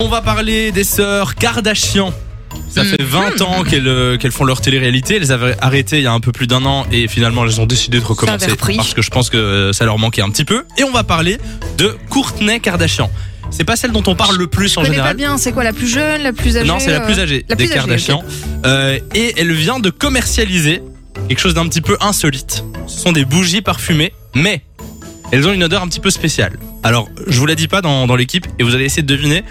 On va parler des sœurs Kardashian. Hmm. Ça fait 20 ans qu'elles euh, qu'elles font leur télé-réalité. Elles avaient arrêté il y a un peu plus d'un an et finalement elles ont décidé de recommencer avait repris. parce que je pense que euh, ça leur manquait un petit peu. Et on va parler de Courtney Kardashian. C'est pas celle dont on parle le plus en Je connais général. pas bien, c'est quoi la plus jeune, la plus âgée Non, c'est la euh, plus âgée la des plus âgée, Kardashian. Euh, et elle vient de commercialiser quelque chose d'un petit peu insolite. Ce sont des bougies parfumées, mais elles ont une odeur un petit peu spéciale. Alors, je vous la dis pas dans, dans l'équipe et vous allez essayer de deviner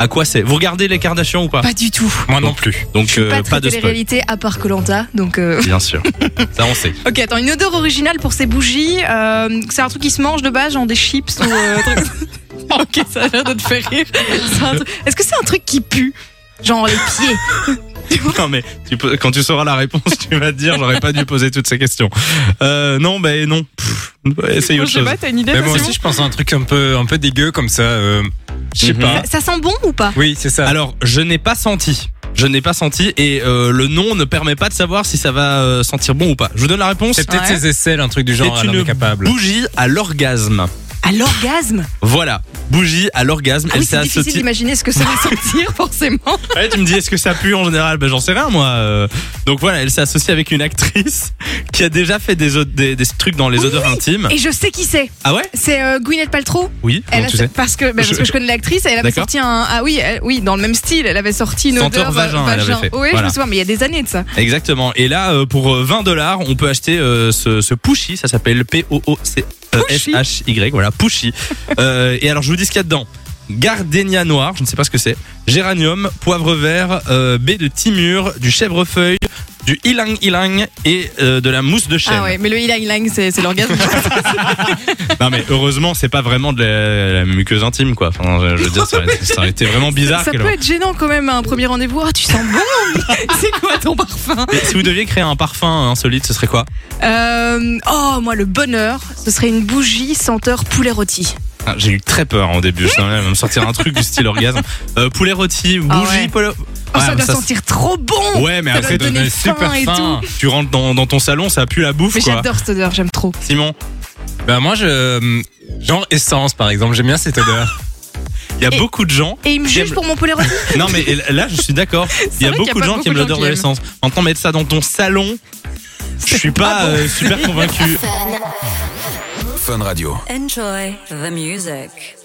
à quoi c'est. Vous regardez les Kardashians ou pas Pas du tout. Moi non plus. Donc, euh, pas pas, très de spoil. télé-réalité à part Colanta, donc. euh, Bien sûr. Ça, on sait. Ok, attends, une odeur originale pour ces bougies. euh, c'est un truc qui se mange de base, genre des chips ou. euh, truc- ok, ça a l'air de te faire rire. C'est un truc- Est-ce que c'est un truc qui pue Genre les pieds. Non, mais tu peux- quand tu sauras la réponse, tu vas te dire j'aurais pas dû poser toutes ces questions. Euh, non, ben non. Pff, essaye autre Je sais chose. pas, t'as une idée Mais moi Simon aussi, je pense à un truc un peu, un peu dégueu comme ça. euh, je sais Mhm. pas. Ça sent bon ou pas Oui, c'est ça. Alors, je n'ai pas senti. Je n'ai pas senti et euh, le nom ne permet pas de savoir si ça va euh, sentir bon ou pas. hein, Je vous donne la réponse. c'est peut-être Ouais. ses aisselles, un truc du genre. C'est elle en une est capable. Bougie à l'orgasme. À l'orgasme Voilà, bougie à l'orgasme. Ah oui, c'est difficile associée- d'imaginer ce que ça va sentir, forcément. Ouais, tu me dis est-ce que ça pue en général Ben j'en sais rien moi. euh. Donc voilà, elle s'est associée avec une actrice qui a déjà fait des, o- des, des trucs dans les Oui, odeurs intimes. Et je sais qui c'est. Ah ouais C'est euh, Gwyneth Paltrow. Oui. Elle comment a- tu sais parce que bah, Je- parce que je connais l'actrice, elle avait D'accord. sorti un ah oui elle- oui dans le même style, elle avait sorti une Senteur odeur vagin, elle avait fait. Oui, je Voilà. me souviens, mais il y a des années de ça. Exactement. Et là, euh, pour euh, 20 dollars, on peut acheter euh, ce, ce Pushy. Ça s'appelle euh, Pushy. P-O-O-C-F-H-Y. Voilà, Pushy. Euh, et alors, je vous dis ce qu'il y a dedans. Gardenia noir, je ne sais pas ce que c'est. Géranium, poivre vert, euh, baie de timur, du chèvrefeuille, du ilang ilang et euh, de la mousse de chèvre. Ah ouais, mais le ilang ilang c'est c'est l'orgasme. Non mais heureusement, c'est pas vraiment de la, la muqueuse intime quoi. Enfin, je, je veux dire, ça, aurait- ça aurait été vraiment bizarre. ça que- peut être gênant quand même à un premier rendez-vous. Ah, tu sens bon. c'est quoi ton parfum Et si vous deviez créer un parfum insolite, ce serait quoi Euh, Oh moi le bonheur, ce serait une bougie senteur poulet rôti. Ah, J'ai eu très peur au début. Je savais même me sortir un truc du style orgasme. Euh, poulet rôti, bougie, Ah ouais. polo. Oh, Ouais, ça mais doit ça- sentir trop bon. Ouais, mais Ça après, doit te donner super faim et faim. tout. tu rentres dans, dans ton salon, ça pue la bouffe, Mais quoi. j'adore cette odeur, j'aime trop. Simon, Bah, moi, je. euh, Genre essence, par exemple. J'aime bien cette odeur. il y a Et- beaucoup de gens. Et il me juge J'aime- pour mon poulet rôti. Non, mais là, je suis d'accord. Il y a vrai qu'il y a beaucoup de pas gens qui aiment beaucoup de gens l'odeur qui de aiment. l'essence. Maintenant, mettre ça dans ton salon, je Ah suis pas euh, super convaincu. Enjoy the music.